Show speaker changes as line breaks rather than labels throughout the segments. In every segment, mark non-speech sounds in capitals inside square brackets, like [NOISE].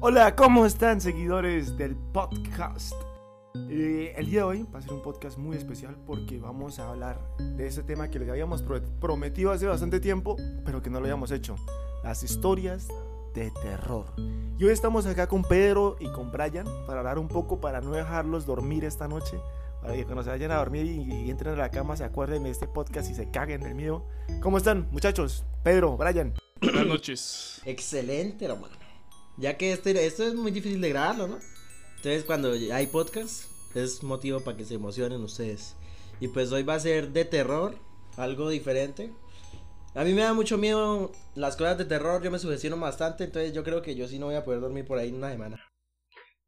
Hola, ¿cómo están seguidores del podcast? Eh, el día de hoy va a ser un podcast muy especial porque vamos a hablar de ese tema que les habíamos pro- prometido hace bastante tiempo, pero que no lo habíamos hecho. Las historias de terror. Y hoy estamos acá con Pedro y con Brian para hablar un poco, para no dejarlos dormir esta noche, para que cuando se vayan a dormir y, y entren a la cama se acuerden de este podcast y se caguen del miedo. ¿Cómo están, muchachos? Pedro, Brian.
Buenas noches.
Excelente, hermano. Ya que esto, esto es muy difícil de grabarlo, ¿no? Entonces, cuando hay podcast, es motivo para que se emocionen ustedes. Y pues hoy va a ser de terror, algo diferente. A mí me da mucho miedo las cosas de terror, yo me sugestiono bastante, entonces yo creo que yo sí no voy a poder dormir por ahí en una semana.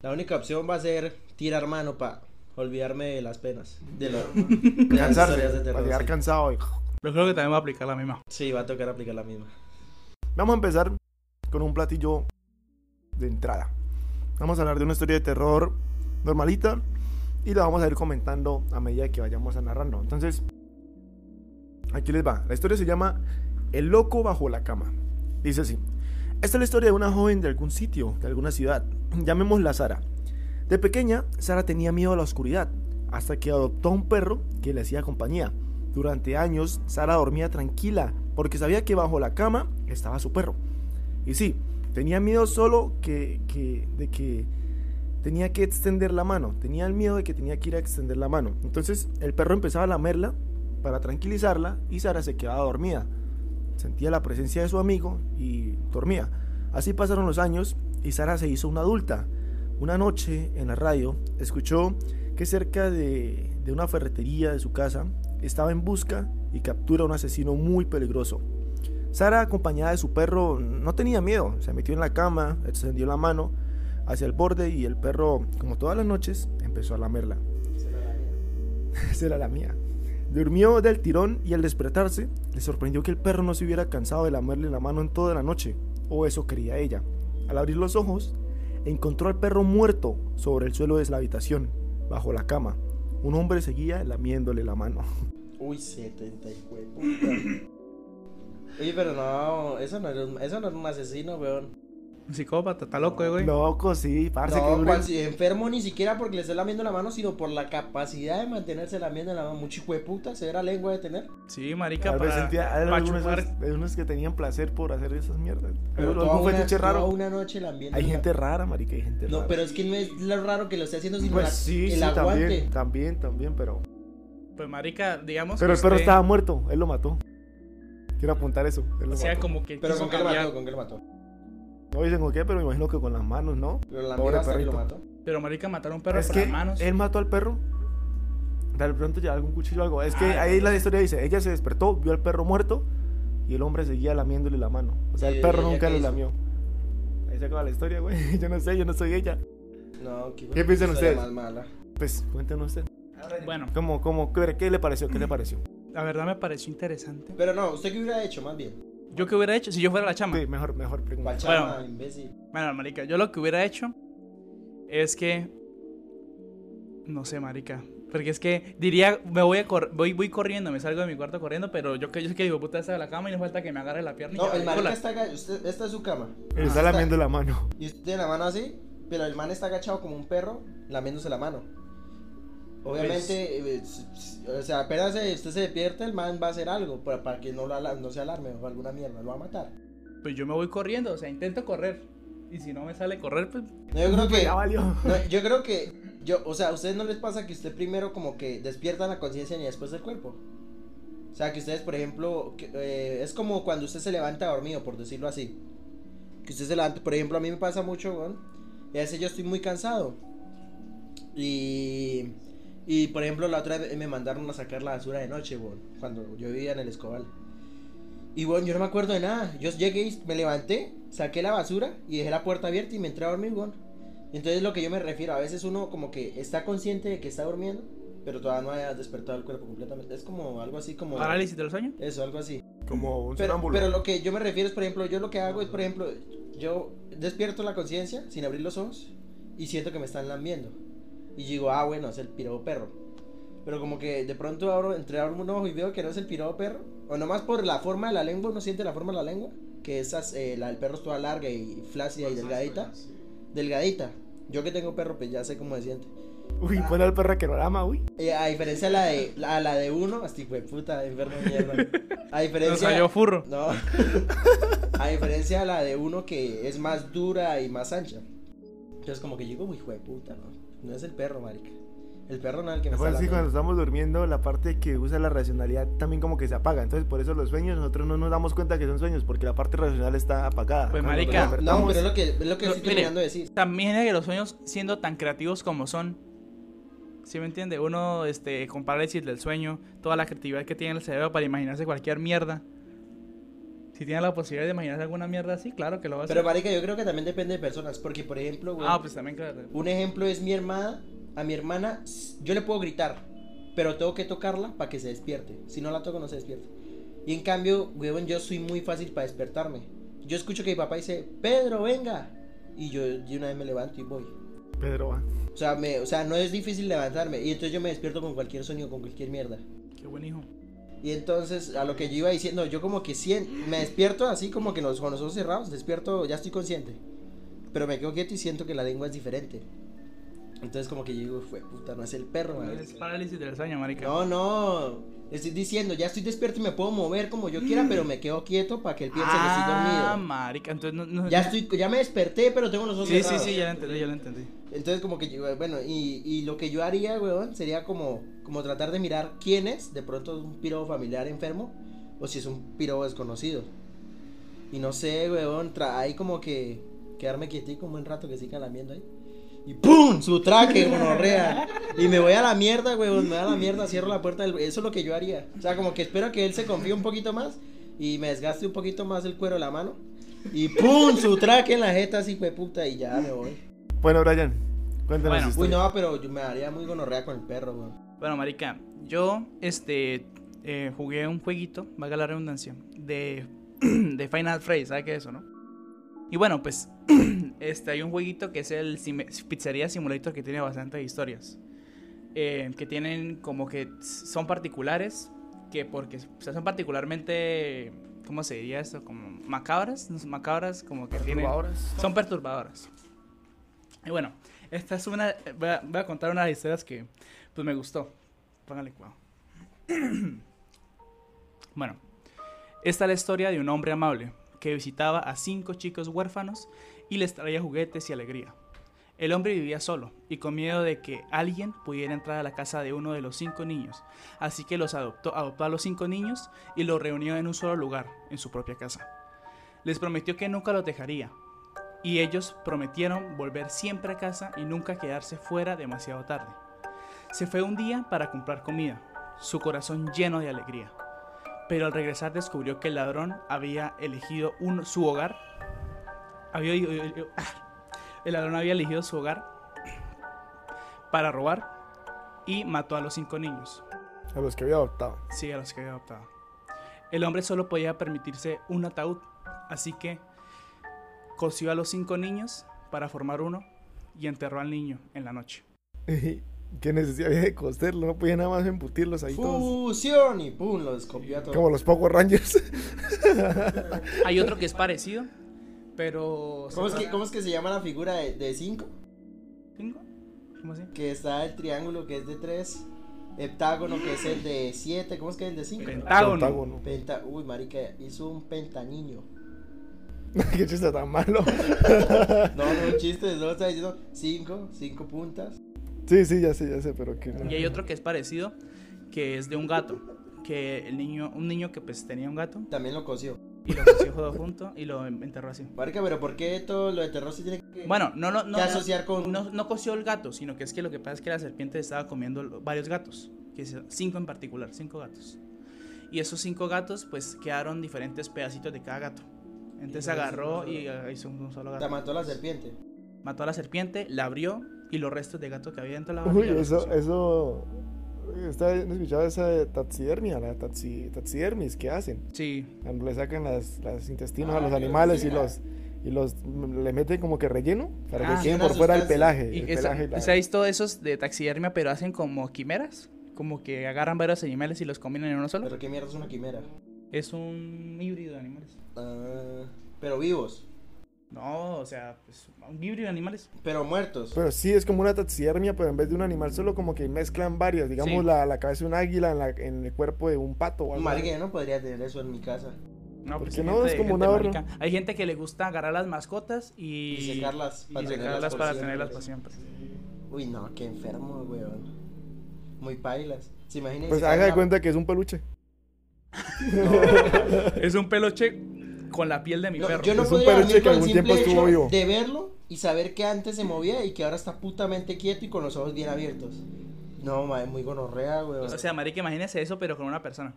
La única opción va a ser tirar mano para olvidarme de las penas. De, lo- de las
Cansarse,
historias de
para
terror.
llegar
sí.
cansado hoy.
Yo creo que también va a aplicar la misma.
sí, va a tocar aplicar la misma.
Vamos a empezar con un platillo de entrada. Vamos a hablar de una historia de terror normalita y la vamos a ir comentando a medida que vayamos a narrando. Entonces, aquí les va. La historia se llama El loco bajo la cama. Dice así. Esta es la historia de una joven de algún sitio, de alguna ciudad. Llamémosla Sara. De pequeña, Sara tenía miedo a la oscuridad, hasta que adoptó un perro que le hacía compañía. Durante años, Sara dormía tranquila, porque sabía que bajo la cama estaba su perro. Y sí, tenía miedo solo que, que- de que tenía que extender la mano, tenía el miedo de que tenía que ir a extender la mano. Entonces, el perro empezaba a lamerla para tranquilizarla y Sara se quedaba dormida. Sentía la presencia de su amigo y dormía. Así pasaron los años y Sara se hizo una adulta. Una noche en la radio escuchó que cerca de, de una ferretería de su casa estaba en busca y captura a un asesino muy peligroso. Sara, acompañada de su perro, no tenía miedo. Se metió en la cama, extendió la mano hacia el borde y el perro, como todas las noches, empezó a lamerla. [LAUGHS] Esa era la mía. Durmió del tirón y al despertarse, le sorprendió que el perro no se hubiera cansado de lamerle la mano en toda la noche, o eso creía ella. Al abrir los ojos, encontró al perro muerto sobre el suelo de la habitación, bajo la cama. Un hombre seguía lamiéndole la mano.
Uy, 70 y fue puta. Oye, pero no, eso no era un, eso no era un asesino, weón.
Un psicópata, está loco, eh, güey.
Loco, sí, parce que
No,
duro.
cual- si enfermo ni siquiera porque le esté lamiendo la mano, sino por la capacidad de mantenerse lamiendo la mano. Mucho hijo de puta, se era lengua de tener.
Sí, marica,
Tal vez
para,
sentía- hay
para
algunos,
chupar.
hay unos que tenían placer por hacer esas mierdas.
Pero
Algún-
toda
algún
una,
fetiche
toda
raro.
una noche lamiendo.
Hay
la-
gente rara, marica, hay gente
No,
rara.
pero es que no es lo raro que lo esté haciendo, sino
pues
la-
sí,
el
sí,
aguante.
también, también, también, pero...
Pues, marica, digamos.
Pero el
que
perro
usted-
estaba muerto, él lo mató. Quiero apuntar eso, él lo
O sea,
mató.
como que.
Pero
quiso
con qué lo
cambiar.
mató, con qué lo mató.
No dicen con qué, pero me imagino que con las manos, ¿no?
Lo lamió
Pobre
hasta que lo
perrito.
mató.
Pero, marica, matar a un perro
es
con
que
las manos.
él mató al perro. De pronto llevaba algún cuchillo o algo. Es que
Ah,
ahí
no.
la historia dice, ella se despertó, vio al perro muerto y el hombre seguía lamiéndole la mano. O sea,
¿Y
el perro
ella
nunca
qué
le
hizo?
lamió. Ahí se acaba la historia, güey. [LAUGHS] Yo no sé, yo no soy ella.
No, qué,
¿Qué piensan
historia
ustedes?
más mala.
Pues cuéntenos usted.
Bueno,
¿Cómo, cómo, qué, qué le pareció?
Mm.
¿Qué le pareció?
la verdad me pareció interesante.
Pero no, ¿usted qué hubiera hecho más bien?
¿Yo qué hubiera hecho si yo fuera la chama?
Sí, mejor, mejor pregunta.
Guachama,
Bueno.
imbécil.
Bueno, marica, yo lo que hubiera hecho es que. No sé, marica. Porque es que diría, me voy a cor- voy, voy corriendo, me salgo de mi cuarto corriendo, pero yo que yo sé que digo, puta, está de la cama y no falta que me agarre la pierna. y
No,
ya,
el
hola.
marica está acá, usted, esta es su cama.
Le está
Está-
lamiendo la mano.
Y usted tiene la mano así, pero el man está agachado como un perro, lamiéndose la mano. Obviamente, eh,
Pues-
s- s- o sea, apenas se- usted se despierta, el man va a hacer algo para, para que no, la, ala- no se alarme o alguna mierda, lo va a matar.
Pues yo me voy corriendo, o sea, intento correr. Y si no me sale correr, pues.
No, yo creo que,
Ya valió.
no, yo creo que, yo, o sea, a ustedes no les pasa que usted primero como que despierta la conciencia y después el cuerpo. O sea, que ustedes, por ejemplo, que, eh, es como cuando usted se levanta dormido, por decirlo así. Que usted se levanta, por ejemplo, a mí me pasa mucho, weón. Y a veces yo estoy muy cansado. Y, y por ejemplo, la otra vez me mandaron a sacar la basura de noche, weón. Cuando yo vivía en el Escobal. Y bueno, yo no me acuerdo de nada. Yo llegué y me levanté, saqué la basura y dejé la puerta abierta y me entré a dormir, weón. Entonces, lo que yo me refiero, a veces uno como que está consciente de que está durmiendo, pero todavía no haya despertado el cuerpo completamente. Es como algo así como.
Parálisis del sueño.
Eso, algo así.
Como un
Pero,
sonámbulo.
pero lo que yo me refiero es, por ejemplo, yo lo que hago es, por ejemplo, yo despierto la conciencia sin abrir los ojos y siento que me están lambiendo. Y digo, ah, bueno, es el pirado perro. Pero como que de pronto abro, entre abro un ojo y veo que no es el pirado perro. O nomás por la forma de la lengua, uno siente la forma de la lengua. Que esas, eh, la del perro es toda larga y flácida y delgadita. delgadita. Yo que tengo perro, pues ya sé cómo se siente.
Uy, ponle al perro que no la ama, uy.
Eh, a diferencia de la de, a la de uno, así fue puta, enfermo de mierda. A
Nos
diferencia.
salió furro.
No. A diferencia de la de uno que es más dura y más ancha. Entonces como que yo digo, hijo de puta, no. No es el perro, marica. El perro no es el que me
Pues
está
sí, cuando
ladrando.
estamos durmiendo, la parte que usa la racionalidad también como que se apaga. Entonces, por eso los sueños, nosotros no nos damos cuenta que son sueños, porque la parte racional está apagada.
Pues,
Cuando
marica,
nos
No,
despertamos-
pero es lo que, es lo que
No,
estoy
mire.
terminando de decir.
También es que los sueños, siendo tan creativos como son, ¿sí me entiende? Uno, este, con parálisis del sueño, toda la creatividad que tiene el cerebro para imaginarse cualquier mierda. Si tiene la posibilidad de imaginarse alguna mierda así, claro que lo va a hacer.
Pero marica, yo creo que también depende de personas, porque por ejemplo, güey,
ah, pues también claro.
un ejemplo es mi hermana, a mi hermana s- yo le puedo gritar, pero tengo que tocarla para que se despierte. Si no la toco no se despierta. Y en cambio, huevón, yo soy muy fácil para despertarme. Yo escucho que mi papá dice, "Pedro, venga." Y yo de una vez me levanto y voy.
Pedro va.
O sea, me, o sea, no es difícil levantarme. Y entonces yo me despierto con cualquier sueño, con cualquier mierda.
Qué buen hijo.
Y entonces, a lo que yo iba diciendo, yo como que sien- me despierto así como que los, con los ojos cerrados, despierto, ya estoy consciente. Pero me quedo quieto y siento que la lengua es diferente. Entonces como que yo digo, fue puta, no es el perro, madre".
Es parálisis del sueño, marica.
No, no, estoy diciendo, ya estoy despierto y me puedo mover como yo quiera, pero me quedo quieto para que él piense que estoy
ah,
dormido.
marica. Entonces, no, no-
Ya estoy, ya me desperté, pero tengo los ojos
Sí, sí,
cerrados.
sí, ya lo entendí, ya lo entendí.
Entonces como que yo, bueno, y, y lo que yo haría, weón, sería como, como tratar de mirar quién es, de pronto es un piro familiar enfermo o si es un piro desconocido. Y no sé, weón, tra ahí como que quedarme quietico un buen rato que siga lamiendo ahí. Y ¡pum! Su traque, gonorrea. Y me voy a la mierda, weón, me voy a la mierda, cierro la puerta. del- Eso es lo que yo haría. O sea, como que espero que él se confíe un poquito más y me desgaste un poquito más el cuero de la mano. Y ¡pum! Su traque en la jeta, así, fue puta, y ya me voy.
Bueno, Brian, cuéntanos.
Bueno,
tu
Uy,
historia.
no, pero yo me daría muy gonorrea con el perro, weón.
Bueno, marica, yo este eh, jugué un jueguito, valga la redundancia, de, [CLEARS THROAT] de Final Phrase, ¿sabes qué es eso, no? Y bueno, pues [CLEARS THROAT] este hay un jueguito que es el Sim- Pizzería Simulator que tiene bastantes historias. eh, que tienen como que son particulares, que porque o sea, son particularmente, ¿cómo se diría esto? Como macabras, macabras como que tienen...
Perturbadoras.
Son perturbadoras. Y bueno, esta es una. Voy a, voy a contar una de las historias que pues me gustó. Póngale cuidado. [CLEARS THROAT] bueno, esta es la historia de un hombre amable que visitaba a cinco chicos huérfanos y les traía juguetes y alegría. El hombre vivía solo y con miedo de que alguien pudiera entrar a la casa de uno de los cinco niños, así que los adoptó, adoptó a los cinco niños y los reunió en un solo lugar, en su propia casa. Les prometió que nunca los dejaría, y ellos prometieron volver siempre a casa y nunca quedarse fuera demasiado tarde. Se fue un día para comprar comida, su corazón lleno de alegría, pero al regresar descubrió que el ladrón había elegido un- su hogar, había, ah, el ladrón había elegido su hogar para robar y mató a los cinco niños.
A los que había adoptado. [LAUGHS]
Sí, a los que había adoptado. El hombre solo podía permitirse un ataúd, así que cosió a los cinco niños para formar uno y enterró al niño en la noche.
Qué necesidad había de coserlo, no podía nada más embutirlos ahí todos.
Fusión y pum, lo descopió a todo.
Como los Power Rangers.
Hay otro que es parecido, pero...
¿Cómo es, que, cómo es que se llama la figura de, de cinco?
¿Cinco? ¿Cómo así?
Que está el triángulo que es de tres, heptágono que es el de siete, ¿cómo es que es el de cinco?
Pentágono.
Penta, uy, marica, hizo un pentaniño.
Qué chiste tan malo.
No, no, un chiste, solo está diciendo cinco, cinco puntas.
Sí, sí, ya sé, ya sé, pero que no.
Y hay otro que es parecido, que es de un gato, que el niño, un niño que pues tenía un gato
También lo coció.
y lo cosió todo junto y lo enterró así.
Marica, pero ¿por qué todo lo de terror se tiene que,
Bueno, no, lo- no,
que
no,
asociar con
No, no coció el gato, sino que es que lo que pasa es que la serpiente estaba comiendo lo- varios gatos, que se- cinco en particular, cinco gatos. Y esos cinco gatos, pues quedaron diferentes pedacitos de cada gato. Entonces agarró y ah, hizo un solo
Te
gato.
mató la serpiente?
Mató a la serpiente, la abrió y los restos de gato que había dentro de la
Uy,
barriga los
eso, eh,
coció.
eso. Está, ¿han escuchado esa de taxidermia? La taxi, taxidermis que hacen.
Sí,
Cuando le sacan las, las intestinos a
Ah,
los
que los
animales y
cocinan.
los. Y los m- le meten como que relleno para
Ah,
que queden
una
por fuera el
sustancia.
pelaje.
Y
el
esa- pues,
pelaje y la-
o sea, visto esos de taxidermia, pero hacen como quimeras, como que agarran varios animales y los combinan en uno solo.
Pero qué mierda es una quimera.
Es un híbrido de animales.
Ah, pero vivos.
No, o sea, pues, un híbrido de animales.
Pero muertos.
Pero sí, es como una taxidermia, pero en vez de un animal solo como que mezclan varias, digamos
Sí.
la, la cabeza de un águila en, la- en el cuerpo de un pato o algo así.
Marica, yo no podría tener eso en mi casa.
No,
Porque
pues hay
no,
gente-
es como
gente
un ahorro.
marica. Hay gente que le gusta agarrar las mascotas y.
Y secarlas
y
para tenerlas
secarlas
por
para
siempre.
tenerlas para siempre.
Uy, no, qué enfermo, weón. Muy pailas. ¿Se imaginan?
Pues
si
haga de
cargan-
cuenta que es un peluche. [LAUGHS]
Es un peluche con la piel de mi
No,
perro.
yo no
Es un
podría
peluche
dormir
que
con el
algún
simple
tiempo estuvo
hecho
vivo.
de verlo y saber que antes se movía y que ahora está putamente quieto y con los ojos bien abiertos. No, madre, muy gonorrea, weón.
O sea, marica, imagínese eso, pero con una persona.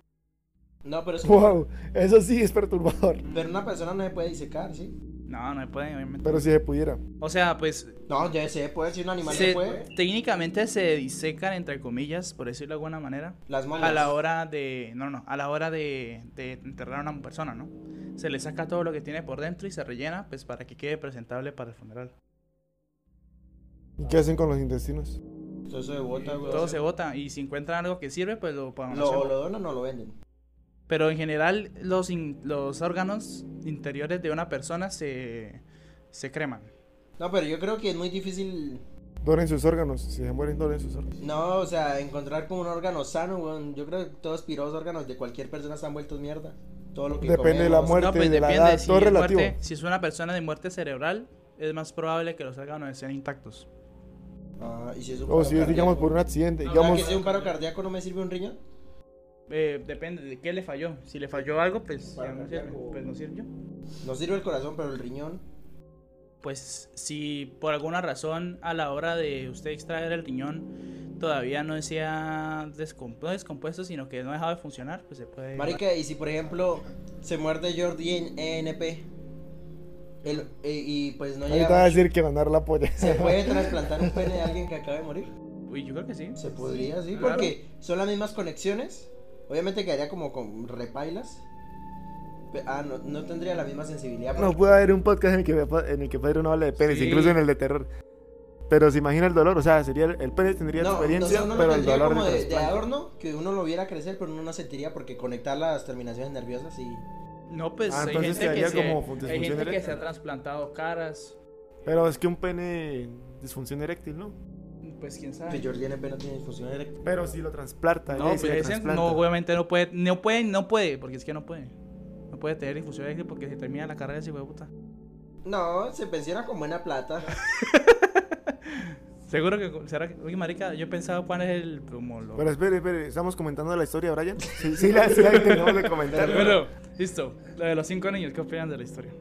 no, pero,
[LAUGHS]
es-
Wow, eso sí es perturbador.
pero una persona no se puede disecar, ¿sí?
No, no pueden, obviamente.
Pero si se pudiera.
O sea, pues
No, ya se puede, si un animal
se-
no puede.
técnicamente se disecan, entre comillas, por decirlo de alguna manera,
Las mangas.
a la hora de... No, no, a la hora de, de enterrar a una persona, ¿no? Se le saca todo lo que tiene por dentro y se rellena, pues para que quede presentable para el funeral.
¿Y qué hacen con los intestinos?
Todo eso de bota, weón.
Todo se bota y si encuentran algo que sirve, pues lo podemos
lo,
hacer.
lo donan o lo venden.
Pero en general, los, in- los órganos interiores de una persona se, se creman.
No, pero yo creo que es muy difícil.
Donen sus órganos. Si se mueren, donen sus órganos.
No, o sea, encontrar como un órgano sano, weón. Yo creo que todos pirados órganos de cualquier persona están vueltos mierda. Todo lo que
Depende de la
comemos.
muerte. de la edad, todo
es
relativo.
muerte- pues, si es una persona de muerte cerebral, es más probable que los órganos estén intactos.
Ah, y si es un
O
paro
si es, digamos,
cardíaco.
por un accidente.
O sea,
Digamos,
que si un paro cardíaco no me sirve un riñón.
Eh, depende de qué le falló. Si le falló algo, pues ya
Para
no
cambiar
sirve.
o-
Pues no sirvió.
No sirve el corazón, pero el riñón.
Pues si por alguna razón a la hora de usted extraer el riñón todavía no se ha descom- no descompuesto, sino que no ha dejado de funcionar, pues se puede...
Marica, y si por ejemplo se muerde Jordi en ENP el- eh, y pues no
ahí te va a
llega.
decir que ganar la polla.
¿Se puede trasplantar un pene de alguien que acaba de morir?
Uy, yo creo que sí.
Se podría, sí,
claro.
porque son las mismas conexiones. Obviamente quedaría como con repailas. Pe- Ah, no, no tendría la misma sensibilidad.
No
porque-
puede haber un podcast en el que, en el que Pedro no hable de penes,
Sí.
incluso en el de terror. Pero se imagina el dolor, o sea, sería el, el pene tendría
no,
experiencia,
entonces uno lo
pero el
tendría
dolor
como
de
de, de
trasplante.
adorno que uno lo viera crecer, pero uno no sentiría porque conectar las terminaciones nerviosas y
No, pues
Ah,
hay
entonces
gente, que
quedaría
se,
como disfunción
hay gente que
eréctil.
se ha trasplantado caras.
Pero es que un pene disfunción eréctil, ¿no?
Pues quién sabe.
que Jordi ENP no tiene disfunción eréctil.
Pero si lo trasplanta,
No,
ella
pues
se le
ese
trasplanta.
no, obviamente no puede, no puede, no puede, porque es que no puede. No puede tener difusión eréctil porque se termina la carrera de ese hijo de puta.
No, se pensiona con buena plata.
Seguro que, será que, oye marica, yo pensaba cuál es el, como lo...
Pero espere, espere, estamos comentando la historia, Brian. Sí, sí la, sí la intentamos de comentar.
Bueno, listo, lo de los cinco niños, ¿qué opinan de la historia?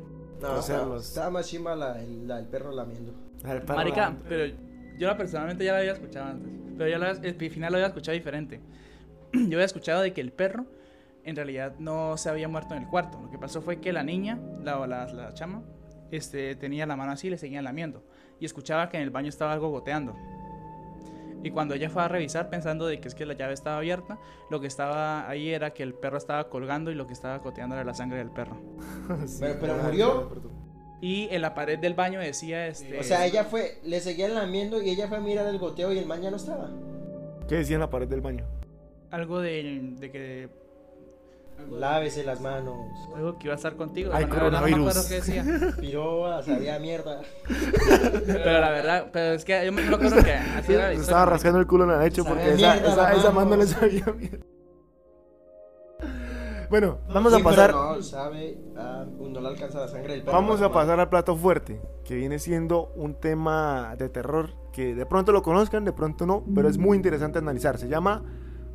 No,
O sea,
no,
los-
estaba más chimba la, la- el perro lamiendo.
A ver, para-
Marica, pero yo la personalmente ya la había escuchado antes, pero yo la, el final lo había escuchado diferente. [CLEARS THROAT] Yo había escuchado de que el perro en realidad no se había muerto en el cuarto. Lo que pasó fue que la niña, la, la, la chama, este, tenía la mano así y le seguían lamiendo. Y escuchaba que en el baño estaba algo goteando. Y cuando ella fue a revisar pensando de que es que la llave estaba abierta, lo que estaba ahí era que el perro estaba colgando y lo que estaba goteando era la sangre del perro.
Sí,
pero- pero
ah,
murió.
Y en la pared del baño decía este...
O sea, ella fue, le seguían lamiendo y ella fue a mirar el goteo y el man ya no estaba.
¿Qué decía en la pared del baño?
Algo de, de que
Lávese las manos.
Algo que iba a estar contigo.
Hay
hermano, la verdad no me acuerdo
coronavirus.
qué decía.
Piroba, sabía mierda.
Pero la verdad, pero es que yo me acuerdo que así era la
Se
historia.
estaba rascando el culo en la leche porque
Sabe
esa,
mierda,
esa,
la
esa más no
mano.
le sabía bien. Bueno, vamos a
Sí, pero
pasar.
No, sabe, ah, no le alcanza la sangre del perro.
Vamos a
Bueno,
pasar al plato fuerte, que viene siendo un tema de terror que de pronto lo conozcan, de pronto no, pero es muy interesante analizar. Se llama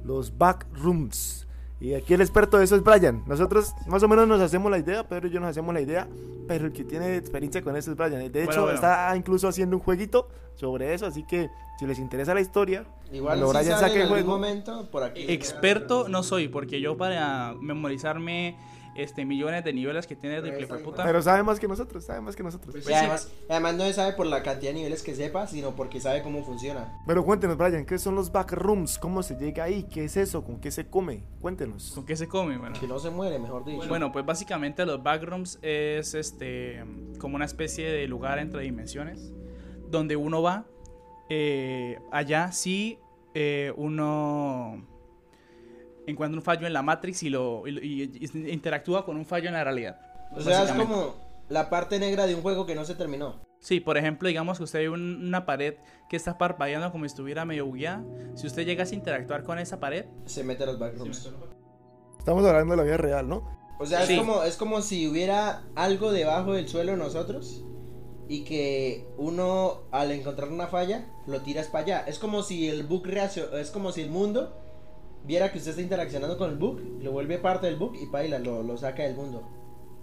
los backrooms. Y aquí el experto de eso es Brian. Nosotros más o menos nos hacemos la idea, Pedro y yo nos hacemos la idea, pero el que tiene experiencia con eso es Brian. De hecho,
Bueno, bueno.
está incluso haciendo un jueguito sobre eso, así que si les interesa la historia,
Igual
Cuando
si
Brian
sale
saque el
en algún
juego.
momento por aquí.
Experto no soy, porque yo para memorizarme este millones de niveles que tiene triple fue puta.
pero sabe más que nosotros, sabe más que nosotros.
Pues-
Y además, además no se sabe por la cantidad de niveles que sepa, sino porque sabe cómo funciona.
Pero cuéntenos, Brian, ¿qué son los backrooms? ¿Cómo se llega ahí? ¿Qué es eso? ¿Con qué se come? Cuéntenos.
¿Con qué se come? Bueno.
Que no se muere, mejor dicho.
Bueno, pues básicamente los backrooms es este como una especie de lugar entre dimensiones donde uno va eh, allá si eh, uno encuentra un fallo en la Matrix y lo y- y- y interactúa con un fallo en la realidad.
o sea, es
básicamente.
como La parte negra de un juego que no se terminó.
Sí, por ejemplo, digamos que usted ve un- una pared que está parpadeando como si estuviera medio bugueada. Si usted llegase a interactuar con esa pared,
Se mete a los backrooms.
Estamos hablando de la vida real, ¿no?
O sea,
Sí.
es, como, es como si hubiera algo debajo del suelo de nosotros y que uno al encontrar una falla lo tiras para allá. Es como si el bug reaccio- es como si el mundo viera que usted está interaccionando con el bug, lo vuelve parte del bug y paila, lo, lo saca del mundo.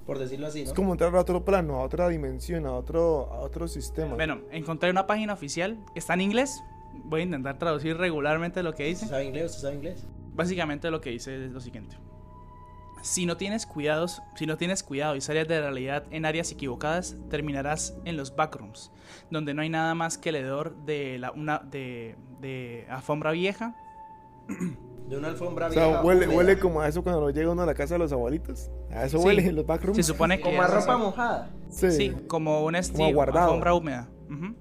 Por decirlo así, ¿no?
Es como entrar a otro plano, a otra dimensión, a otro, a otro sistema.
bueno, encontré una página oficial. Está en inglés. Voy a intentar traducir regularmente lo que dice.
¿Usted sabe inglés? ¿Usted sabe inglés?
Básicamente lo que dice es lo siguiente. Si no tienes cuidados, si no tienes cuidado y sales de la realidad en áreas equivocadas, terminarás en los backrooms, donde no hay nada más que el hedor de la una de, de alfombra vieja.
De una alfombra
o
vieja.
sea, huele,
húmeda.
huele como a eso cuando llega uno a la casa de los abuelitos. A eso
Sí.
huele [LAUGHS] en los backrooms.
Se supone que
Como a
es-
ropa mojada.
Sí.
Sí, como un estilo
guardado.
alfombra húmeda. Ujú.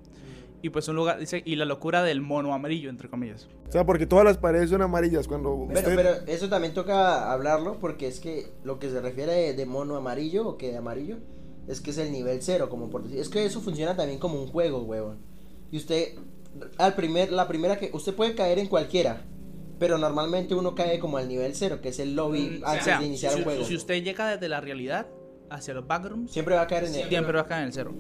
Y pues un lugar dice y la locura del mono amarillo entre comillas.
O sea, porque todas las paredes son amarillas. Cuando
Bueno,
usted-
pero eso también toca hablarlo porque es que lo que se refiere de, de mono amarillo o que de amarillo es que es el nivel cero, como por decir. Es que eso funciona también como un juego, huevón. Y usted, al primer, la primera que, usted puede caer en cualquiera, pero normalmente uno cae como al nivel cero, que es el lobby
Mm,
antes
o sea,
de iniciar
si,
un juego.
si usted llega desde la realidad hacia los backrooms,
Siempre va a caer en el
siempre va a caer en el cero.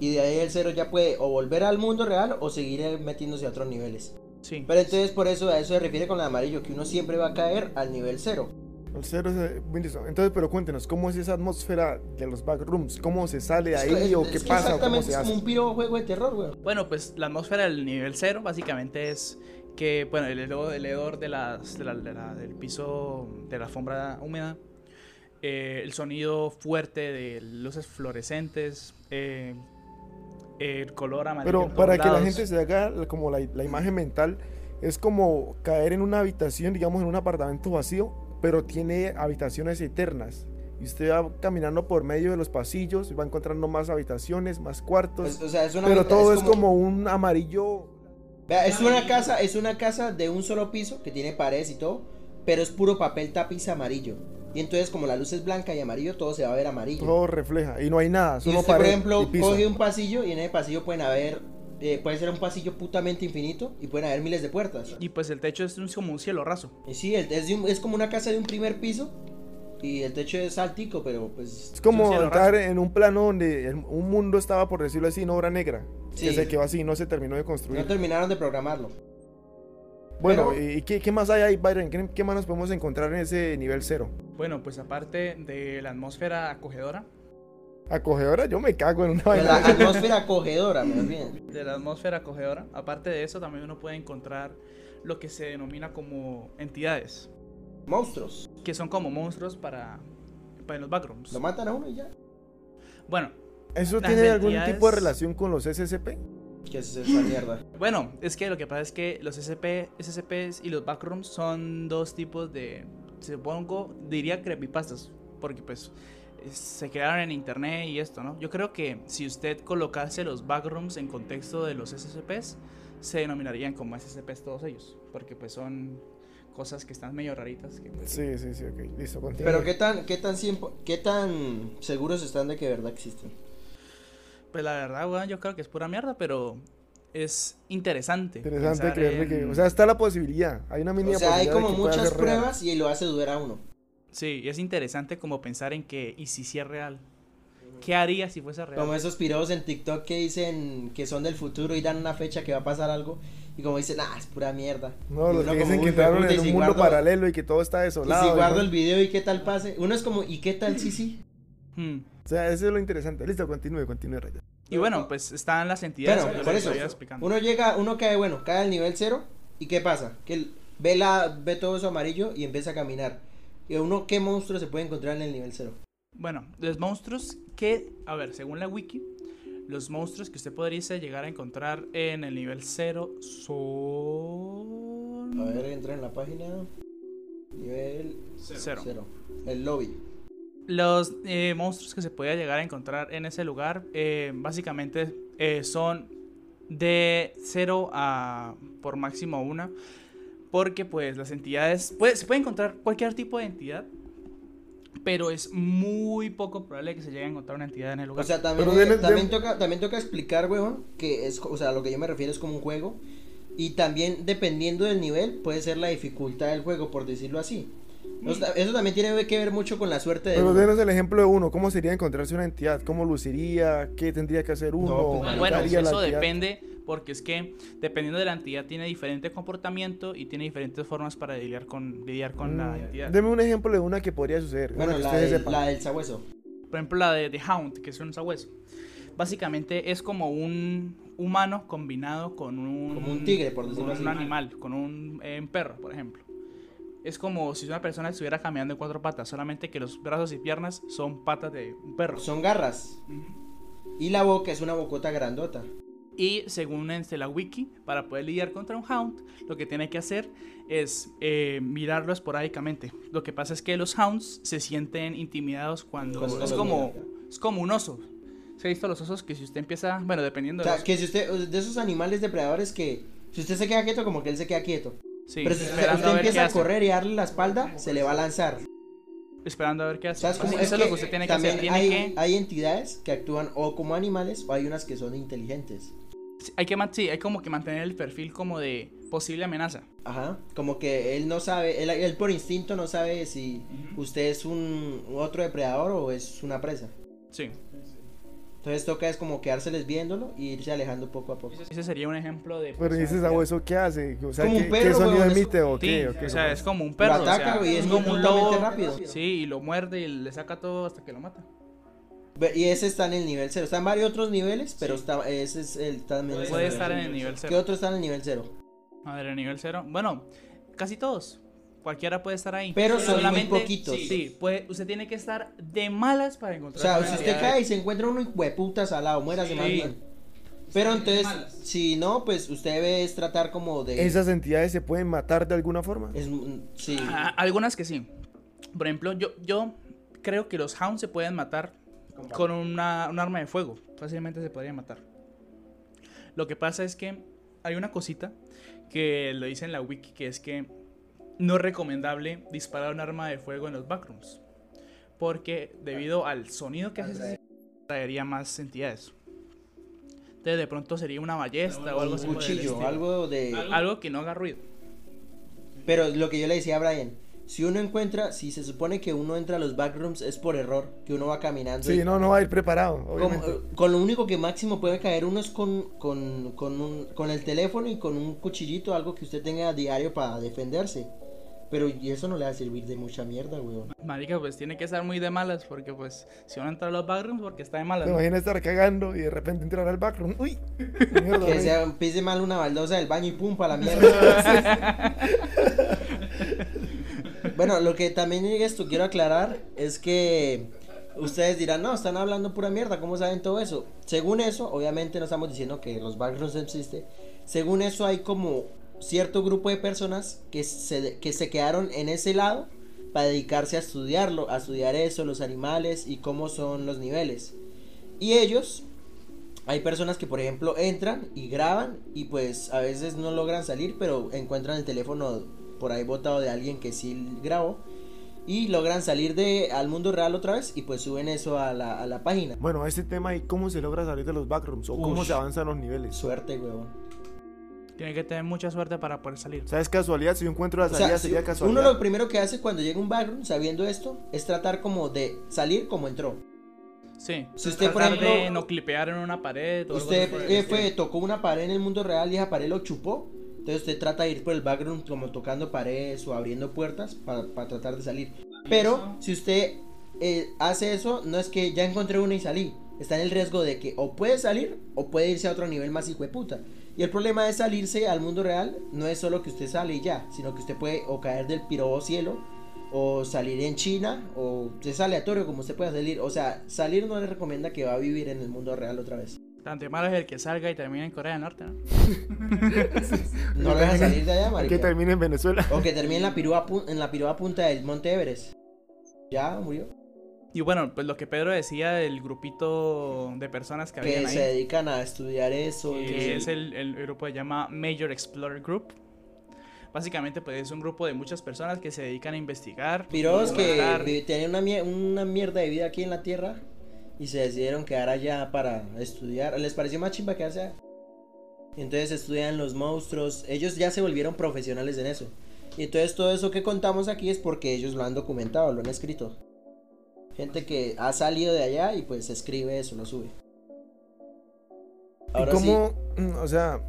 Y de ahí el cero ya puede o volver al mundo real o seguir eh, metiéndose a otros niveles.
Sí.
Pero entonces por eso a eso se refiere con el amarillo, que uno siempre va a caer al nivel cero.
el cero se- listo. Entonces, pero cuéntenos, ¿cómo es esa atmósfera de los backrooms? ¿Cómo se sale de ahí
Es-
o
es
qué
que
pasa o cómo
Exactamente,
se
es como
hace?
un piro juego de terror, weón.
Bueno, pues la atmósfera del nivel cero básicamente es que, bueno, el hedor, el hedor de las, de la- de la- del piso de la alfombra húmeda, eh, el sonido fuerte de luces fluorescentes, eh, el color amarillo. en
Pero
todos
para que la
lados.
gente se haga la- como la, la imagen mental, es como caer en una habitación, digamos en un apartamento vacío, pero tiene habitaciones eternas. Y usted va caminando por medio de los pasillos y va encontrando más habitaciones, más cuartos.
Pues, o sea, es una
pero
mitad-
todo es como... un amarillo.
Vea, es una casa, es una casa de un solo piso que tiene paredes y todo, pero es puro papel tapiz amarillo. Y entonces como la luz es blanca y amarillo, todo se va a ver amarillo.
Todo refleja y no hay nada,
y
solo
usted,
pared
por
y
ejemplo,
piso.
coge un pasillo y en ese pasillo pueden haber eh, puede ser un pasillo putamente infinito y pueden haber miles de puertas.
Y pues el techo es un- como un cielo raso.
Y sí, el- es, de un- es como una casa de un primer piso y el techo es altico, pero pues
Es como
Sí, sí, lo
entrar en un plano donde el- un mundo estaba, por decirlo así, en obra negra.
Sí.
Que se quedó así, no se terminó de construir.
no terminaron de programarlo.
bueno,
pero-
¿y qué, qué más hay ahí, Byron? ¿Qué, qué más nos podemos encontrar en ese nivel cero?
Bueno, pues aparte de la atmósfera acogedora,
Acogedora, yo me cago en una
Pues, la
vaina.
atmósfera acogedora, más bien.
de la atmósfera acogedora, aparte de eso también uno puede encontrar lo que se denomina como entidades,
Monstruos.
que son como monstruos para, para los backrooms.
Lo matan a uno y ya.
Bueno,
[LAUGHS] ¿Eso
Las
tiene algún
entidades-
tipo de relación con los SCP?
Que es esa mierda.
bueno, es que lo que pasa es que los SCP, SCPs y los backrooms son dos tipos de, supongo, diría creepypastas, porque pues es- se crearon en internet y esto, ¿no? Yo creo que si usted colocase los backrooms en contexto de los SCPs, se denominarían como SCPs todos ellos, porque pues son cosas que están medio raritas. Que, pues,
Sí, sí, sí, ok. Listo, continúa.
Pero qué tan, qué tan siempo- qué tan seguros están de que de verdad existen.
pues la verdad, weón, yo creo que es pura mierda, pero es interesante.
Interesante
pensar
creerle
en-
que. O sea, está la posibilidad. Hay una mínima
O sea, hay
posibilidad de
como
que pueda
muchas
ser real.
pruebas y lo hace dudar a uno.
Sí, y es interesante como pensar en que, ¿y si sí es real? ¿Qué haría si fuese real?
Como esos pirados en TikTok que dicen que son del futuro y dan una fecha que va a pasar algo y como dicen, ah, es pura mierda.
No,
Y
los
uno
que
como,
dicen
"Uy,
que entraron
puta, y
en
si
un mundo
guardo-
paralelo y que todo está
Y
desolado.
si
y
guardo
no-
el video y qué tal pase. Uno es como, ¿y qué tal sí sí?
Hmm.
O sea, eso es lo interesante. Listo, continúe, continúe, Rayo.
Y bueno, pues están las entidades.
Pero,
que
por
les
eso,
estoy explicando.
uno llega, uno cae, bueno, cae al nivel cero y ¿qué pasa? Que el- ve, la, ve todo eso amarillo y empieza a caminar. Y uno, ¿qué monstruo se puede encontrar en el nivel cero?
Bueno, los monstruos que, a ver, según la wiki, los monstruos que usted podría llegar a encontrar en el nivel 0
A
son...
ver, entra en la página. Nivel
Cero.
cero. El lobby.
Los eh, monstruos que se podía llegar a encontrar en ese lugar eh, básicamente eh, son de 0 a por máximo 1. Porque pues las entidades... Puede, se puede encontrar cualquier tipo de entidad. pero es muy poco probable que se llegue a encontrar una entidad en el lugar.
O sea, también,
Pero deme-
también,
deme-
Toca, también toca explicar, weón, que es, o sea, lo que yo me refiero es como un juego. Y también, dependiendo del nivel, puede ser la dificultad del juego, por decirlo así. O
Mm.
sea, eso también tiene que ver mucho con la suerte de
Pero
uno.
denos el ejemplo de uno. ¿Cómo sería encontrarse una entidad? ¿Cómo luciría? ¿Qué tendría que hacer uno?
No, pues,
¿Qué
Bueno,
Bueno,
bueno,
haría la
eso
entidad?
depende, porque es que dependiendo de la entidad tiene diferente comportamiento y tiene diferentes formas para lidiar con lidiar con la
Mm,
entidad.
Deme un ejemplo de una que podría suceder. una
Bueno,
que
la,
ustedes
del-
sepan.
la del sabueso.
Por ejemplo, la de The Hound, que es un sabueso. Básicamente es como un humano combinado con un...
Como un tigre, por decirlo
Con
así.
un animal, con un, eh, un perro, por ejemplo. Es como si una persona estuviera caminando en cuatro patas, solamente que los brazos y piernas son patas de un perro.
Son garras.
Ujú.
Y la boca es una bocota grandota.
Y según este, la wiki, para poder lidiar contra un hound, lo que tiene que hacer es eh, mirarlo esporádicamente. Lo que pasa es que los hounds se sienten intimidados cuando...
Cuando
es,
los
como,
miran.
es como un oso. Se ha visto los osos que si usted empieza... Bueno, dependiendo
O
de
sea, que si usted, de esos animales depredadores que, si usted se queda quieto, como que él se queda quieto.
Sí,
Pero si usted,
esperando
usted
a ver qué
empieza a
hace.
correr y darle la espalda, se le va a lanzar.
Esperando a ver qué hace.
¿Sabes cómo?
Así-
Es
eso es lo
que
que usted tiene que
también
hacer. Tiene
hay,
que,
hay entidades que actúan o como animales o hay unas que son inteligentes.
sí, hay que man- sí, hay como que mantener el perfil como de posible amenaza.
Ajá, como que él no sabe, él, él por instinto no sabe si
Ujú.
usted es un otro depredador o es una presa.
Sí.
Entonces toca es como quedárseles viéndolo y irse alejando poco a poco.
Ese sería un ejemplo de. pues,
Pero dices, ah, ¿eso qué hace? O sea,
Como un
¿qué,
perro,
¿qué sonido
weón, es-
emite o
Sí,
qué? ¿O qué?
o sea, es como un perro.
lo ataca
o sea,
y es
es como un
brutalmente
lobo.
rápido.
Sí, y lo muerde y le saca todo hasta que lo mata.
Ve- Y ese está en el nivel 0. Están varios otros niveles, pero está, ese es el también. es
Puede
el-
estar en el nivel
¿Qué
0.
otro está en el nivel 0?
A ver, el nivel 0. Bueno, casi todos. Cualquiera puede estar ahí.
Pero son muy poquitos.
Sí, puede- usted tiene que estar de malas para
O
encontrar.
sea,
una
si usted
entidad.
cae y se encuentra uno hueputa salado, muérase
Sí.
más bien. Pero entonces, si no, pues usted debe es tratar como de.
¿Esas entidades se pueden matar de alguna forma?
es- mm, sí.
Ah, algunas que sí. Por ejemplo, yo, yo creo que los hounds se pueden matar con una, un arma de fuego. Fácilmente se podrían matar. Lo que pasa es que hay una cosita que lo dice en la wiki, que es que no es recomendable disparar un arma de fuego en los backrooms. Porque debido al sonido que hace, ese- traería más entidades. Entonces de pronto sería una ballesta o algo
un
así. por el
cuchillo,
estilo.
algo de.
Algo que no haga ruido.
Pero lo que yo le decía a Brian, si uno encuentra, si se supone que uno entra a los backrooms es por error, que uno va caminando.
Sí,
y-
no, no va a ir preparado, obviamente.
como- eh, con lo único que máximo puede caer uno es con, con, con, un- con el teléfono y con un cuchillito, algo que usted tenga a diario para defenderse. Pero y eso no le va a servir de mucha mierda, weón.
Marica, pues tiene que estar muy de malas, porque pues si van a entrar a los backrooms, porque está de malas.
¿Te
¿no?
imaginas estar cagando y de repente entrar al backroom? ¡Uy! Mierda,
[LAUGHS] Que
güey.
sea, pise mal una baldosa del baño y pum,
[LAUGHS]
para la mierda. bueno, lo que también esto quiero aclarar es que ustedes dirán, no, están hablando pura mierda, ¿cómo saben todo eso? Según eso, obviamente no estamos diciendo que los backrooms existen. Según eso, hay como cierto grupo de personas que se, que se quedaron en ese lado para dedicarse a estudiarlo, a estudiar eso, los animales y cómo son los niveles. Y ellos, hay personas que por ejemplo entran y graban y pues a veces no logran salir, pero encuentran el teléfono por ahí botado de alguien que sí grabó y logran salir de al mundo real otra vez y pues suben eso a la, a la página.
Bueno, este tema y cómo se logra salir de los backrooms o cómo
Ush.
se avanzan los niveles.
Suerte, huevón.
Tiene que tener mucha suerte para poder salir.
O sea, es casualidad. Si yo encuentro la
O
salida,
sea,
sería
si- uno
casualidad.
lo primero que hace cuando llega un backroom sabiendo esto es tratar como de salir como entró.
Sí.
Si usted, por
Tratar de
ejemplo-
no clipear en una pared o algo así
Usted
por el
eh,
estilo.
fue, tocó una pared en el mundo real y esa pared lo chupó. Entonces usted trata de ir por el background como tocando paredes o abriendo puertas para, para tratar de salir. Pero si usted eh, hace eso, no es que ya encontré una y salí. Está en el riesgo de que o puede salir o puede irse a otro nivel más hijo de puta. Y el problema de salirse al mundo real no es solo que usted sale y ya, sino que usted puede o caer del pirobo cielo o salir en China o es aleatorio como usted pueda salir. O sea, salir no le recomienda que va a vivir en el mundo real otra vez.
Tanto de malo es el que salga y termine en Corea del Norte, ¿no?
No lo dejan salir de allá, marica.
Que termine en Venezuela.
O que termine en la pirúa, pu- en la pirúa punta del Monte Everest. Ya murió.
Y bueno, pues lo que Pedro decía del grupito de personas que
Que
habían
se
ahí,
dedican a estudiar eso. y-
que es el, el grupo que se llama Major Explorer Group. Básicamente, pues es un grupo de muchas personas que se dedican a investigar.
Piros que
explorar.
vi- tenían una, mie- una mierda de vida aquí en la tierra y se decidieron quedar allá para estudiar. Les pareció más chimba quedarse allá. Entonces estudian los monstruos. Ellos ya se volvieron profesionales en eso. Y entonces todo eso que contamos aquí es porque ellos lo han documentado, lo han escrito. Gente que ha salido de allá y pues escribe eso, lo sube.
¿Y
Ahora
cómo, mm, o sea,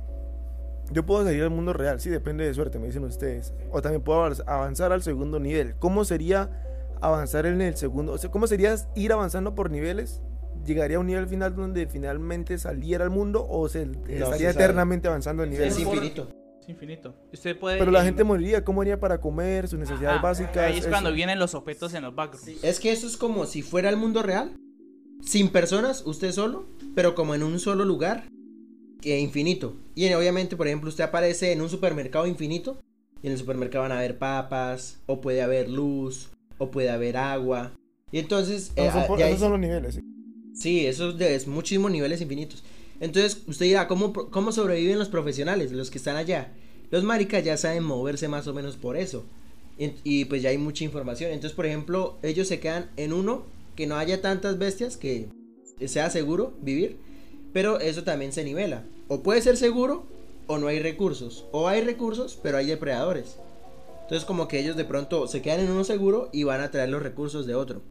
yo puedo salir al mundo real? Sí, depende de suerte, me dicen ustedes. O también puedo avanz- avanzar al segundo nivel. ¿Cómo sería avanzar en el segundo? O sea, ¿cómo sería ir avanzando por niveles? ¿Llegaría a un nivel final donde finalmente saliera al mundo o se estaría
se sabe.
eternamente avanzando el
sí,
nivel?
es infinito.
Es infinito. Usted puede.
Pero la
en-
gente moriría, ¿cómo haría para comer? Sus necesidades
Ajá,
básicas.
Ahí es
eso?
cuando vienen los objetos en los backgrounds.
Es que eso es como si fuera el mundo real, sin personas, usted solo, pero como en un solo lugar, que infinito. Y obviamente, por ejemplo, usted aparece en un supermercado infinito, y en el supermercado van a haber papas, o puede haber luz, o puede haber agua. Y entonces, eh,
Esos son,
ah,
por-
ya
esos
es-
son los niveles. sí.
sí, eso es, de- es muchísimos niveles infinitos. Entonces, usted dirá, ¿cómo, pro- ¿cómo sobreviven los profesionales, los que están allá? Los maricas ya saben moverse más o menos por eso. Y, y, pues ya hay mucha información. Entonces, por ejemplo, ellos se quedan en uno que no haya tantas bestias que sea seguro vivir, pero eso también se nivela. O puede ser seguro o no hay recursos. O hay recursos, pero hay depredadores. Entonces, como que ellos de pronto se quedan en uno seguro y van a traer los recursos de otro.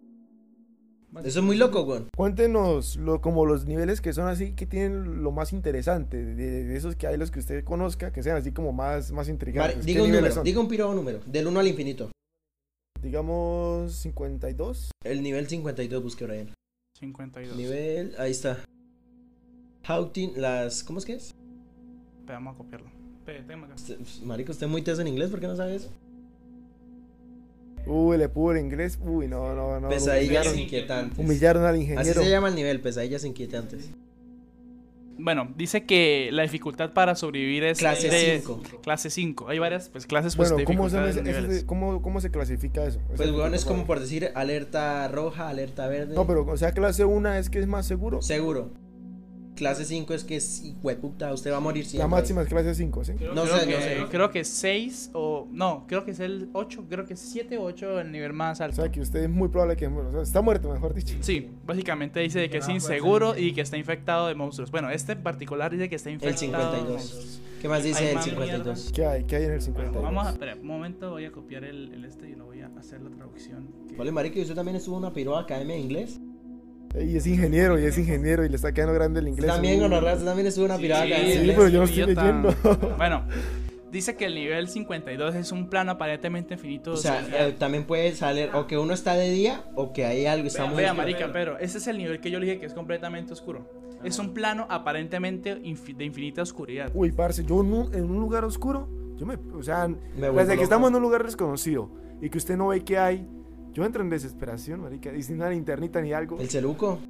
Eso es muy loco, weón.
Cuéntenos lo, como los niveles que son así, que tienen lo más interesante, de, de esos que hay, los que usted conozca, que sean así como más, más
Vale,
intrigantes. ¿Qué
diga un
niveles
número,
son?
diga un piro número, del 1 al infinito.
Digamos 52.
El nivel 52 busque Brian.
52.
Nivel, ahí está. Houting, las, ¿cómo es que es?
Espera, Vamos a copiarlo. Espera, tengo acá.
Usted- pf, marico, usted es muy teso en inglés, ¿por qué no sabe eso?
Uy, le pudo el inglés. Uy, no, no, no. lo
pesadillas
humillaron.
inquietantes.
Humillaron al
Así
ingeniero.
se llama el nivel, pues pesadillas inquietantes.
Bueno, dice que la dificultad para sobrevivir es
Clase
de-
5.
Clase 5. Hay varias pues, clases pues,
Bueno,
de
¿cómo, son
dificultades
ese-
de
ese-
niveles.
cómo, cómo se clasifica eso? Ese
Pues, weón, es
tipo de
como por decir alerta roja, alerta verde.
No, pero, o sea, clase 1 es que es más seguro.
Seguro. Clase 5 es que es hueputa, usted va a morir siempre.
La máxima es clase 5, ¿sí?
No
creo
sé,
que,
no sé.
Creo que 6 o... No, creo que es el 8. Creo que es 7 o 8 el nivel más
O
alto.
sea, que usted es muy probable que bueno, o sea, está muerto, mejor dicho.
Sí, básicamente dice de que
Ah, pues,
es inseguro y que está infectado de monstruos. Bueno, este en particular dice que está infectado de
52.
monstruos.
¿Qué más dice
Ay,
el
mami,
52?
mierda.
¿Qué hay? ¿Qué hay en el
Bueno,
52?
vamos a... Espera, un momento voy a copiar el, el este y lo voy a hacer la traducción. que-
Vale, marico, ¿y usted también estuvo en una piroa academia de inglés?
Y es ingeniero, y es ingeniero, y le está quedando grande el inglés. Uh.
También,
Uy.
gonorrea, usted también estuvo en una ¿eh? piroa academia de
sí, pues,
inglés.
pero yo no estoy
idiota.
leyendo.
[LAUGHS] Bueno, dice que el nivel 52 es un plano aparentemente infinito.
O sea, eh, también puede salir o que uno está de día o que hay algo está
vea,
muy
vea, marica, pero ese es el nivel que yo le dije que es completamente oscuro. Es un plano aparentemente infi- de infinita oscuridad.
Uy, parce, yo nu- en un lugar oscuro, yo me, o sea,
vuelvo
desde
loco.
que estamos en un lugar desconocido y que usted no ve qué hay, yo entro en desesperación, marica, y sin una linternita ni algo,
el celuco.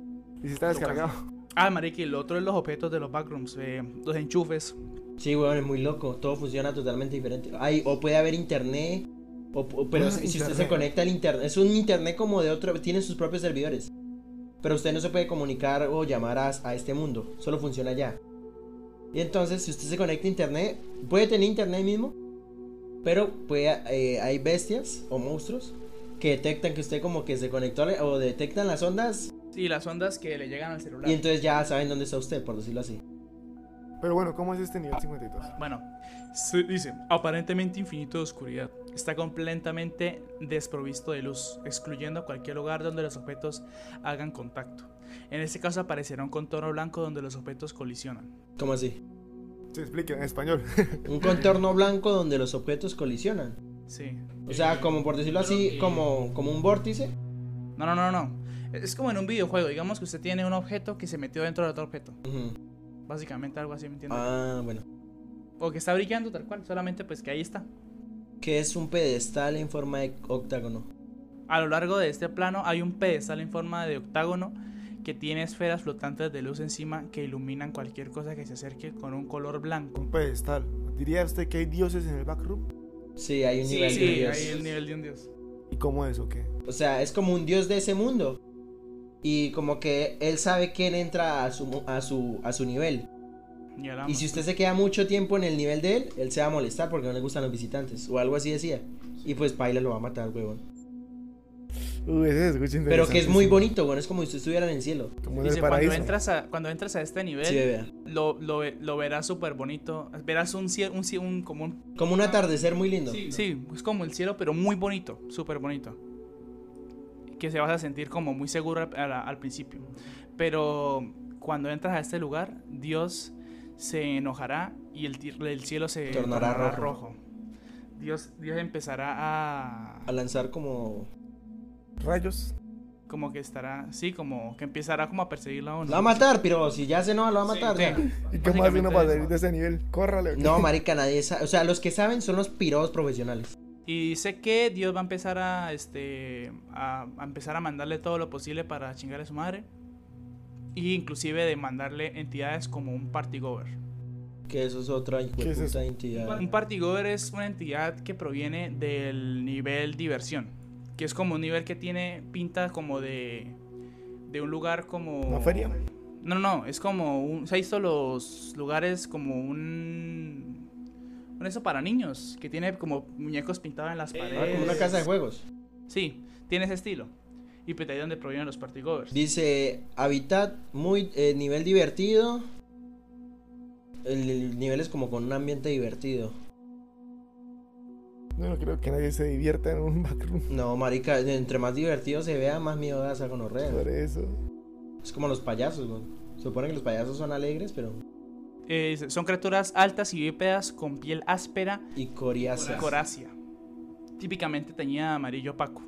y si está descargado.
Ah, marica, y el otro es los objetos de los backrooms, eh, los enchufes.
Sí, weón, es muy loco, todo funciona totalmente diferente. Hay o puede haber internet o, o- pero
Ah,
si si usted se
internet.
conecta al internet, es un internet como de otro, tiene sus propios servidores. Pero usted no se puede comunicar o llamar a, a este mundo, solo funciona allá. Y entonces, si usted se conecta a internet, puede tener internet mismo, pero puede, eh, hay bestias o monstruos que detectan que usted como que se conectó a la- o detectan las ondas
Y las ondas que le llegan al celular.
Y entonces ya saben dónde está usted, por decirlo así.
Pero bueno, ¿cómo es este nivel 52?
Bueno, se dice, aparentemente infinito de oscuridad. Está completamente desprovisto de luz, excluyendo cualquier lugar donde los objetos hagan contacto. En este caso aparecerá un contorno blanco donde los objetos colisionan.
¿Cómo así?
Se explica en español. [LAUGHS]
Un contorno blanco donde los objetos colisionan.
Sí.
O sea, como por decirlo así, como, como un vórtice.
No, no, no, no. Es como en un videojuego. Digamos que usted tiene un objeto que se metió dentro de otro objeto.
Ujú.
Básicamente algo así, ¿me entiendes?
Ah, bueno.
O que está brillando tal cual, solamente pues que ahí está.
Que es un pedestal en forma de octágono.
A lo largo de este plano hay un pedestal en forma de octágono que tiene esferas flotantes de luz encima que iluminan cualquier cosa que se acerque con un color blanco.
Un pedestal. ¿Diría usted que hay dioses en el backroom?
Sí, hay un nivel
sí,
de dios.
ahí el nivel de un dios.
¿Y cómo es o qué?
O sea, es como un dios de ese mundo. Y como que él sabe quién entra a su, mu- a su, a su nivel.
Y hablamos.
Y si usted se queda mucho tiempo en el nivel de él, él se va a molestar porque no le gustan los visitantes. O algo así decía. Y pues Paila lo va a matar, huevón.
Uy, ese se escucha
Pero que es
interesante,
muy
sí.
bonito, bueno, es como si usted estuviera en el cielo.
Como en el
Dice, cuando
paraíso.
entras a, cuando entras a este nivel,
Sí, bebé.
lo, lo, ve- lo verás súper bonito. Verás un cielo, un, cie- un, como un-
Como un atardecer muy lindo.
Sí, es como el cielo, pero muy bonito, súper bonito. Que se vas a sentir como muy seguro al, al- al principio. Pero cuando entras a este lugar, Dios se enojará y el, ti- el cielo se
Tornará rojo.
rojo. Dios, Dios empezará a...
A lanzar como.
Rayos.
Como que estará, sí, como que empezará como a perseguirla a uno.
Lo va a matar, pero si ya se no, lo va a matar.
Sí,
ya.
sí.
¿Y cómo hace uno
Básicamente
para
eso.
salir de ese nivel? Córrale.
No, marica, nadie sabe. O sea, los que saben son los pirados profesionales.
Y sé que Dios va a empezar a, este, a, a empezar a mandarle todo lo posible para chingar a su madre. Y inclusive de mandarle entidades como un party goer.
Que eso es otra
¿Qué es eso?
puta entidad.
Un party goer es una entidad que proviene del nivel diversión. Que es como un nivel que tiene pinta como de, de un lugar como...
¿Una feria?
No, no, no, es como un... Se ha visto los lugares como un... Un eso para niños, que tiene como muñecos pintados en las
Ah,
paredes.
como una casa de juegos.
Sí, tiene ese estilo. Y pues de ahí donde provienen los party goers.
Dice, hábitat muy eh, nivel divertido. El, el nivel es como con un ambiente divertido.
No, no creo que nadie se divierta en un [LAUGHS] backroom
No, marica, entre más divertido se vea, más miedo da esa gonorrea.
sobre eso.
Es como los payasos, güey. Supone que los payasos son alegres, pero...
Eh, dice, son criaturas altas y bípedas con piel áspera
Y
y
coriazas.
corácea. Típicamente teñida de amarillo opaco.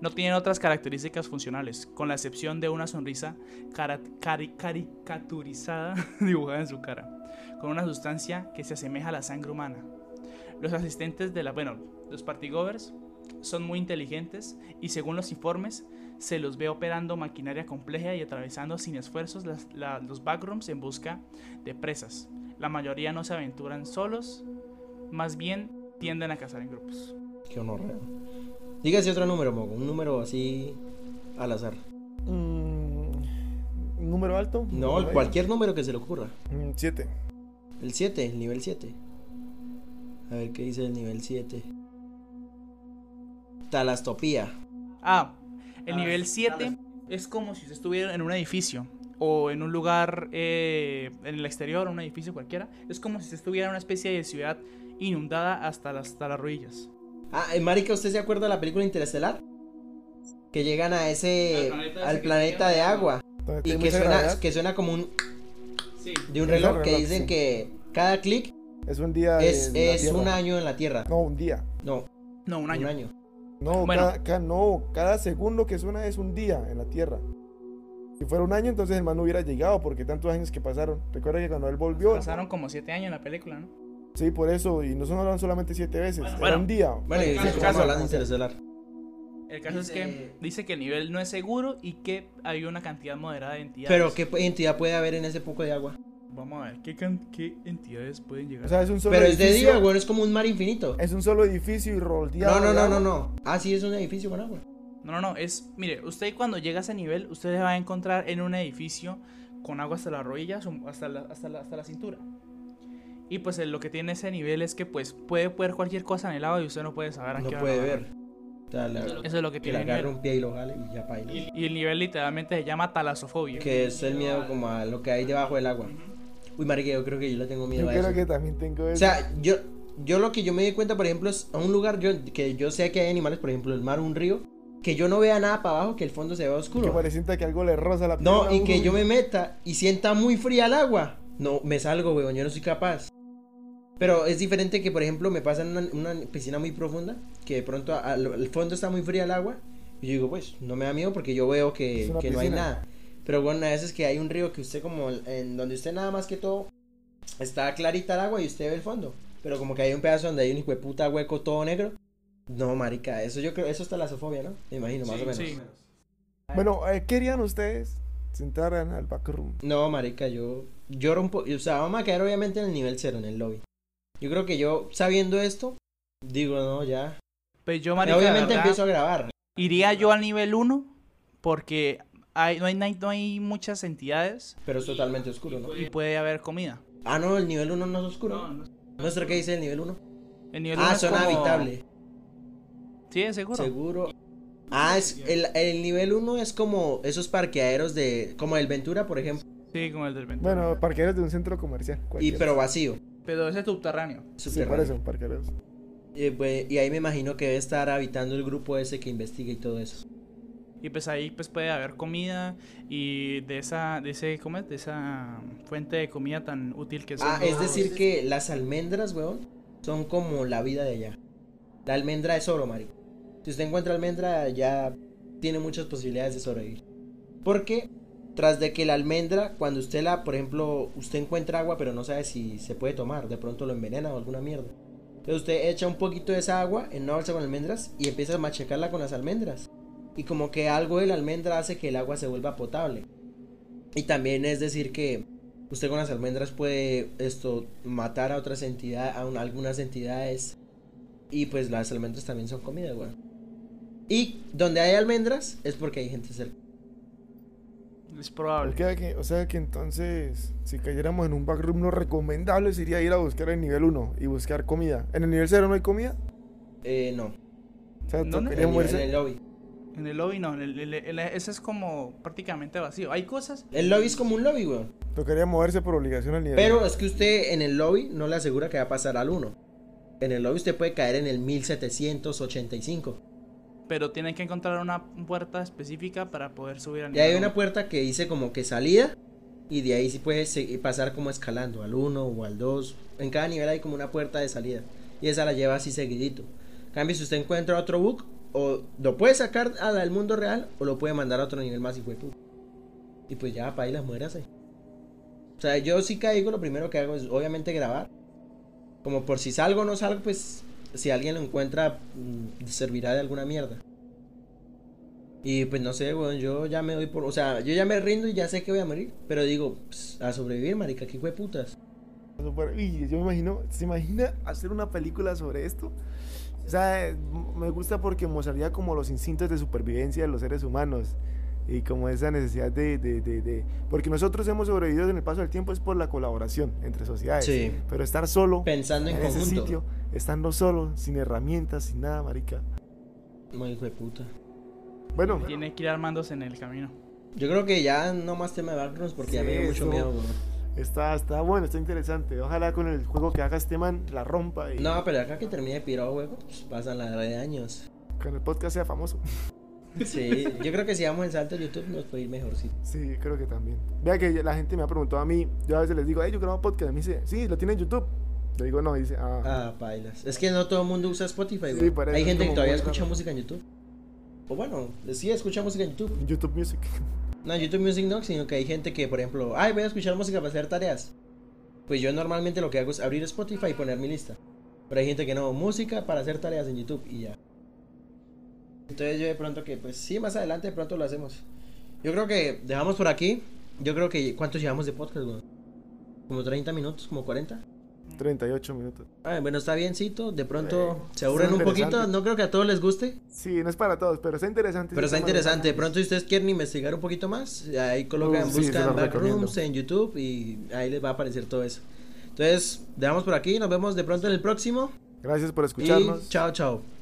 No tienen otras características funcionales, con la excepción de una sonrisa cara- cari- caricaturizada [LAUGHS] dibujada en su cara, con una sustancia que se asemeja a la sangre humana. Los asistentes de la, bueno, los party goers son muy inteligentes y según los informes se los ve operando maquinaria compleja y atravesando sin esfuerzos las- la- los backrooms en busca de presas. La mayoría no se aventuran solos, más bien tienden a cazar en grupos.
Qué gonorrea. Dígase otro número, Mogo. Un número así al azar.
Mm, ¿Un número alto?
No,
Por ahí.
cualquier número que se le ocurra.
Mm, Siete.
El 7, el nivel 7. A ver qué dice el nivel 7. Talastopía.
Ah, el nivel 7 es como si usted estuviera en un edificio o en un lugar eh, en el exterior, un edificio cualquiera. Es como si usted estuviera en una especie de ciudad inundada hasta las, hasta las rodillas.
Ah, eh, marica, ¿usted se acuerda de la película Interestelar? Que llegan a ese...
Al planeta ese
al
que
planeta de
tiene
agua.
Donde
Y
tiene
que
mucha
suena,
gravedad.
que suena como un...
Sí.
de un
Es el
reloj que
reloj,
dicen
sí.
que cada clic
Es un día.
es,
en Ah, la
es
Tierra.
un año en la Tierra.
No, un día.
No,
No, un año.
un año.
No,
Bueno.
cada, ca- no, cada segundo que suena es un día en la Tierra. Si fuera un año, entonces el man no hubiera llegado porque tantos años que pasaron. Recuerda que cuando él volvió.
Pasaron como 7 años en la película, ¿no?
Sí, por eso. Y no sonaron solamente siete veces. era
bueno.
un día.
Bueno, y
Bueno,
estamos
Ah, caso-
hablando de Interestelar.
El caso es que
Dice-
dice que el nivel no es seguro y que hay una cantidad moderada de entidades.
Pero ¿qué entidad puede haber en ese poco de agua?
Vamos a ver, ¿qué, can- qué entidades pueden llegar?
O sea, es un solo
Pero es
edificio.
de día, güey, es como un mar infinito.
Es un solo edificio y rodeado.
No, no,
de
no,
agua.
no, no. Ah, sí, es un edificio con agua.
No, no, no, es, mire, usted cuando llega a ese nivel, usted se va a encontrar en un edificio con agua hasta las rodillas, o hasta la, hasta la, hasta la cintura. Y pues eh, lo que tiene ese nivel es que pues puede poner cualquier cosa en el agua y usted no puede saber a
No
qué hora
puede
lo va a
ver. Tal-
agarrar. Eso es lo que
que
tiene
le
el
agarre
nivel.
un pie y lo jale y ya baila.
Y el nivel literalmente se llama talasofobia.
Que es el miedo como a lo que hay debajo del agua. Uy, marica, yo creo que yo le tengo miedo
Yo
a eso.
creo que también tengo
O
eso.
sea, yo, yo lo que yo me di cuenta, por ejemplo, es a un lugar yo, que yo sé que hay animales, por ejemplo, el mar, un río, que yo no vea nada para abajo, que el fondo se vea
que
oscuro.
pareciera que algo le roza la piel
No,
a
y
uno,
que yo
güey.
me meta y sienta muy fría el agua. No, me salgo, weón, yo no soy capaz. Pero es diferente que, por ejemplo, me pasa en una, una piscina muy profunda, que de pronto a- al, al fondo está muy fría el agua, y yo digo, pues, no me da miedo porque yo veo
Es
que,
una
que no hay
piscina.
nada. Pero bueno, a veces que hay un río que usted como, en donde usted nada más que todo, está clarita el agua y usted ve el fondo. Pero como que hay un pedazo donde hay un hijo de puta hueco todo negro. No, marica, eso yo creo, eso está la sofobia, ¿no? Me imagino, más o menos.
Sí.
Bueno, eh, ¿qué harían ustedes si entraran al backroom?
No, marica, yo lloro un poco. O sea, vamos a caer obviamente en el nivel cero, en el lobby. Yo creo que yo, sabiendo esto, digo, no, ya.
Pues yo, marica, la
obviamente
verdad,
empiezo a grabar.
iría yo al nivel 1 porque hay, no, hay, no hay- no hay muchas entidades
Pero es totalmente oscuro, ¿no?
y puede haber comida.
Ah, no, el nivel 1 no es oscuro. Muestra qué dice el nivel 1.
El nivel uno
Ah,
es
zona
como-
habitable.
Sí, es seguro.
Seguro. Ah, es el, el nivel 1 es como esos parqueaderos de. como el Ventura, por ejemplo.
Sí, como el del Ventura.
Bueno, parqueros de un centro comercial.
Y
cualquiera.
pero vacío.
Pero ese es subterráneo.
Sí, por
subterráneo.
eso, parqueros.
Y, pues, y ahí me imagino que debe estar habitando el grupo ese que investiga y todo eso.
Y pues ahí pues puede haber comida y de esa, de ese, ¿cómo es? De esa fuente de comida tan útil que es.
Ah,
el-
es decir que las almendras, weón, son como la vida de allá. La almendra es oro, marico. Si usted encuentra almendra, ya tiene muchas posibilidades de sobrevivir. Porque tras de que la almendra, cuando usted la, por ejemplo, usted encuentra agua, pero no sabe si se puede tomar, de pronto lo envenena o alguna mierda. Entonces usted echa un poquito de esa agua en una bolsa con almendras y empieza a machacarla con las almendras. Y como que algo de la almendra hace que el agua se vuelva potable. Y también es decir que Usted con las almendras puede esto matar a otras entidades, a un- algunas entidades. Y pues las almendras también son comida, güey. Y donde hay almendras es porque hay gente cerca.
Es probable.
O sea que- o sea que entonces, si cayéramos en un backroom, lo recomendable sería ir a buscar el nivel 1 y buscar comida. ¿En el nivel 0 no hay comida?
Eh, no.
O sea,
No, no.
En
tocaría
el, en
moverse.
el lobby.
En el lobby no, el- el- el- ese es como prácticamente vacío. Hay cosas.
El lobby es como un lobby, güey.
Tocaría moverse por obligación al nivel
Pero es que usted en el lobby no le asegura que va a pasar al 1. En el lobby usted puede caer en el 1785.
Pero tienen que encontrar una puerta específica para poder subir al
Y hay
nivel
una
uno.
puerta que dice como que salida. Y de ahí sí puede se- pasar como escalando al 1 o al 2. En cada nivel hay como una puerta de salida. Y esa la lleva así seguidito. En Cambio, si usted encuentra otro bug, o lo puede sacar a la- al mundo real, o lo puede mandar a otro nivel más y fue Y pues ya, para ahí las mueras ahí. O sea, yo sí caigo, lo primero que hago es obviamente grabar. Como por si salgo o no salgo, pues si alguien lo encuentra, mm, servirá de alguna mierda. Y pues no sé, weón, yo ya me doy por. O sea, yo ya me rindo y ya sé que voy a morir. Pero digo, "Ps, a sobrevivir, marica, qué putas.
Eso fuera- Uy, yo me imagino, ¿se imagina hacer una película sobre esto? O sea, eh, m- me gusta porque mostraría como los instintos de supervivencia de los seres humanos y como esa necesidad de, de- de- de- Porque nosotros hemos sobrevivido en el paso del tiempo es por la colaboración entre sociedades.
Sí.
Pero estar solo
Pensando en,
en ese
conjunto.
sitio, estando solo, sin herramientas, sin nada, marica.
Muy hijo de puta.
Bueno,
Tiene que ir armándose en el camino.
Yo creo que ya no más tema de backgrounds porque ya
Sí,
me dio mucho
eso.
miedo, weón.
está, está bueno, está interesante. Ojalá con el juego que haga este man la rompa y
No, pero acá que termine pirado, weón, pues, pasan la red de años.
con el podcast sea famoso. [LAUGHS]
Sí, yo creo que si damos el salto a YouTube nos puede ir mejor, sí.
Sí, creo que también. Vea que la gente me ha preguntado a mí, yo a veces les digo, hey, yo grabo podcast. Me dice, sí, lo tiene en YouTube. Le digo, no, y dice, ah.
Ah, pailas. Es que no todo el mundo usa Spotify,
Sí,
weón.
por eso
Hay
es
gente que
como
todavía
muy
escucha
raro.
música en YouTube. O bueno, sí escucha música en YouTube.
YouTube Music. [LAUGHS]
No, YouTube Music no, sino que hay gente que, por ejemplo, ay, voy a escuchar música para hacer tareas. Pues yo normalmente lo que hago es abrir Spotify y poner mi lista. Pero hay gente que no, música para hacer tareas en YouTube y ya. Entonces yo de pronto que, pues sí, más adelante de pronto lo hacemos. Yo creo que dejamos por aquí. Yo creo que, ¿cuántos llevamos de podcast, weón? Como 30 minutos, como 40.
38 minutos.
Ah, bueno, está biencito. De pronto
Sí,
se aburren
Eh, está
un poquito.
interesante.
No creo que a todos les guste.
Sí, no es para todos, pero está interesante.
Pero
sí,
está
está
interesante, de pronto si ustedes quieren investigar un poquito más, ahí colocan,
Uh, sí, se
buscan
los
backrooms
recomiendo.
en YouTube y ahí les va a aparecer todo eso. Entonces, dejamos por aquí, nos vemos de pronto en el próximo.
Gracias por
Y
escucharnos.
chao, chao.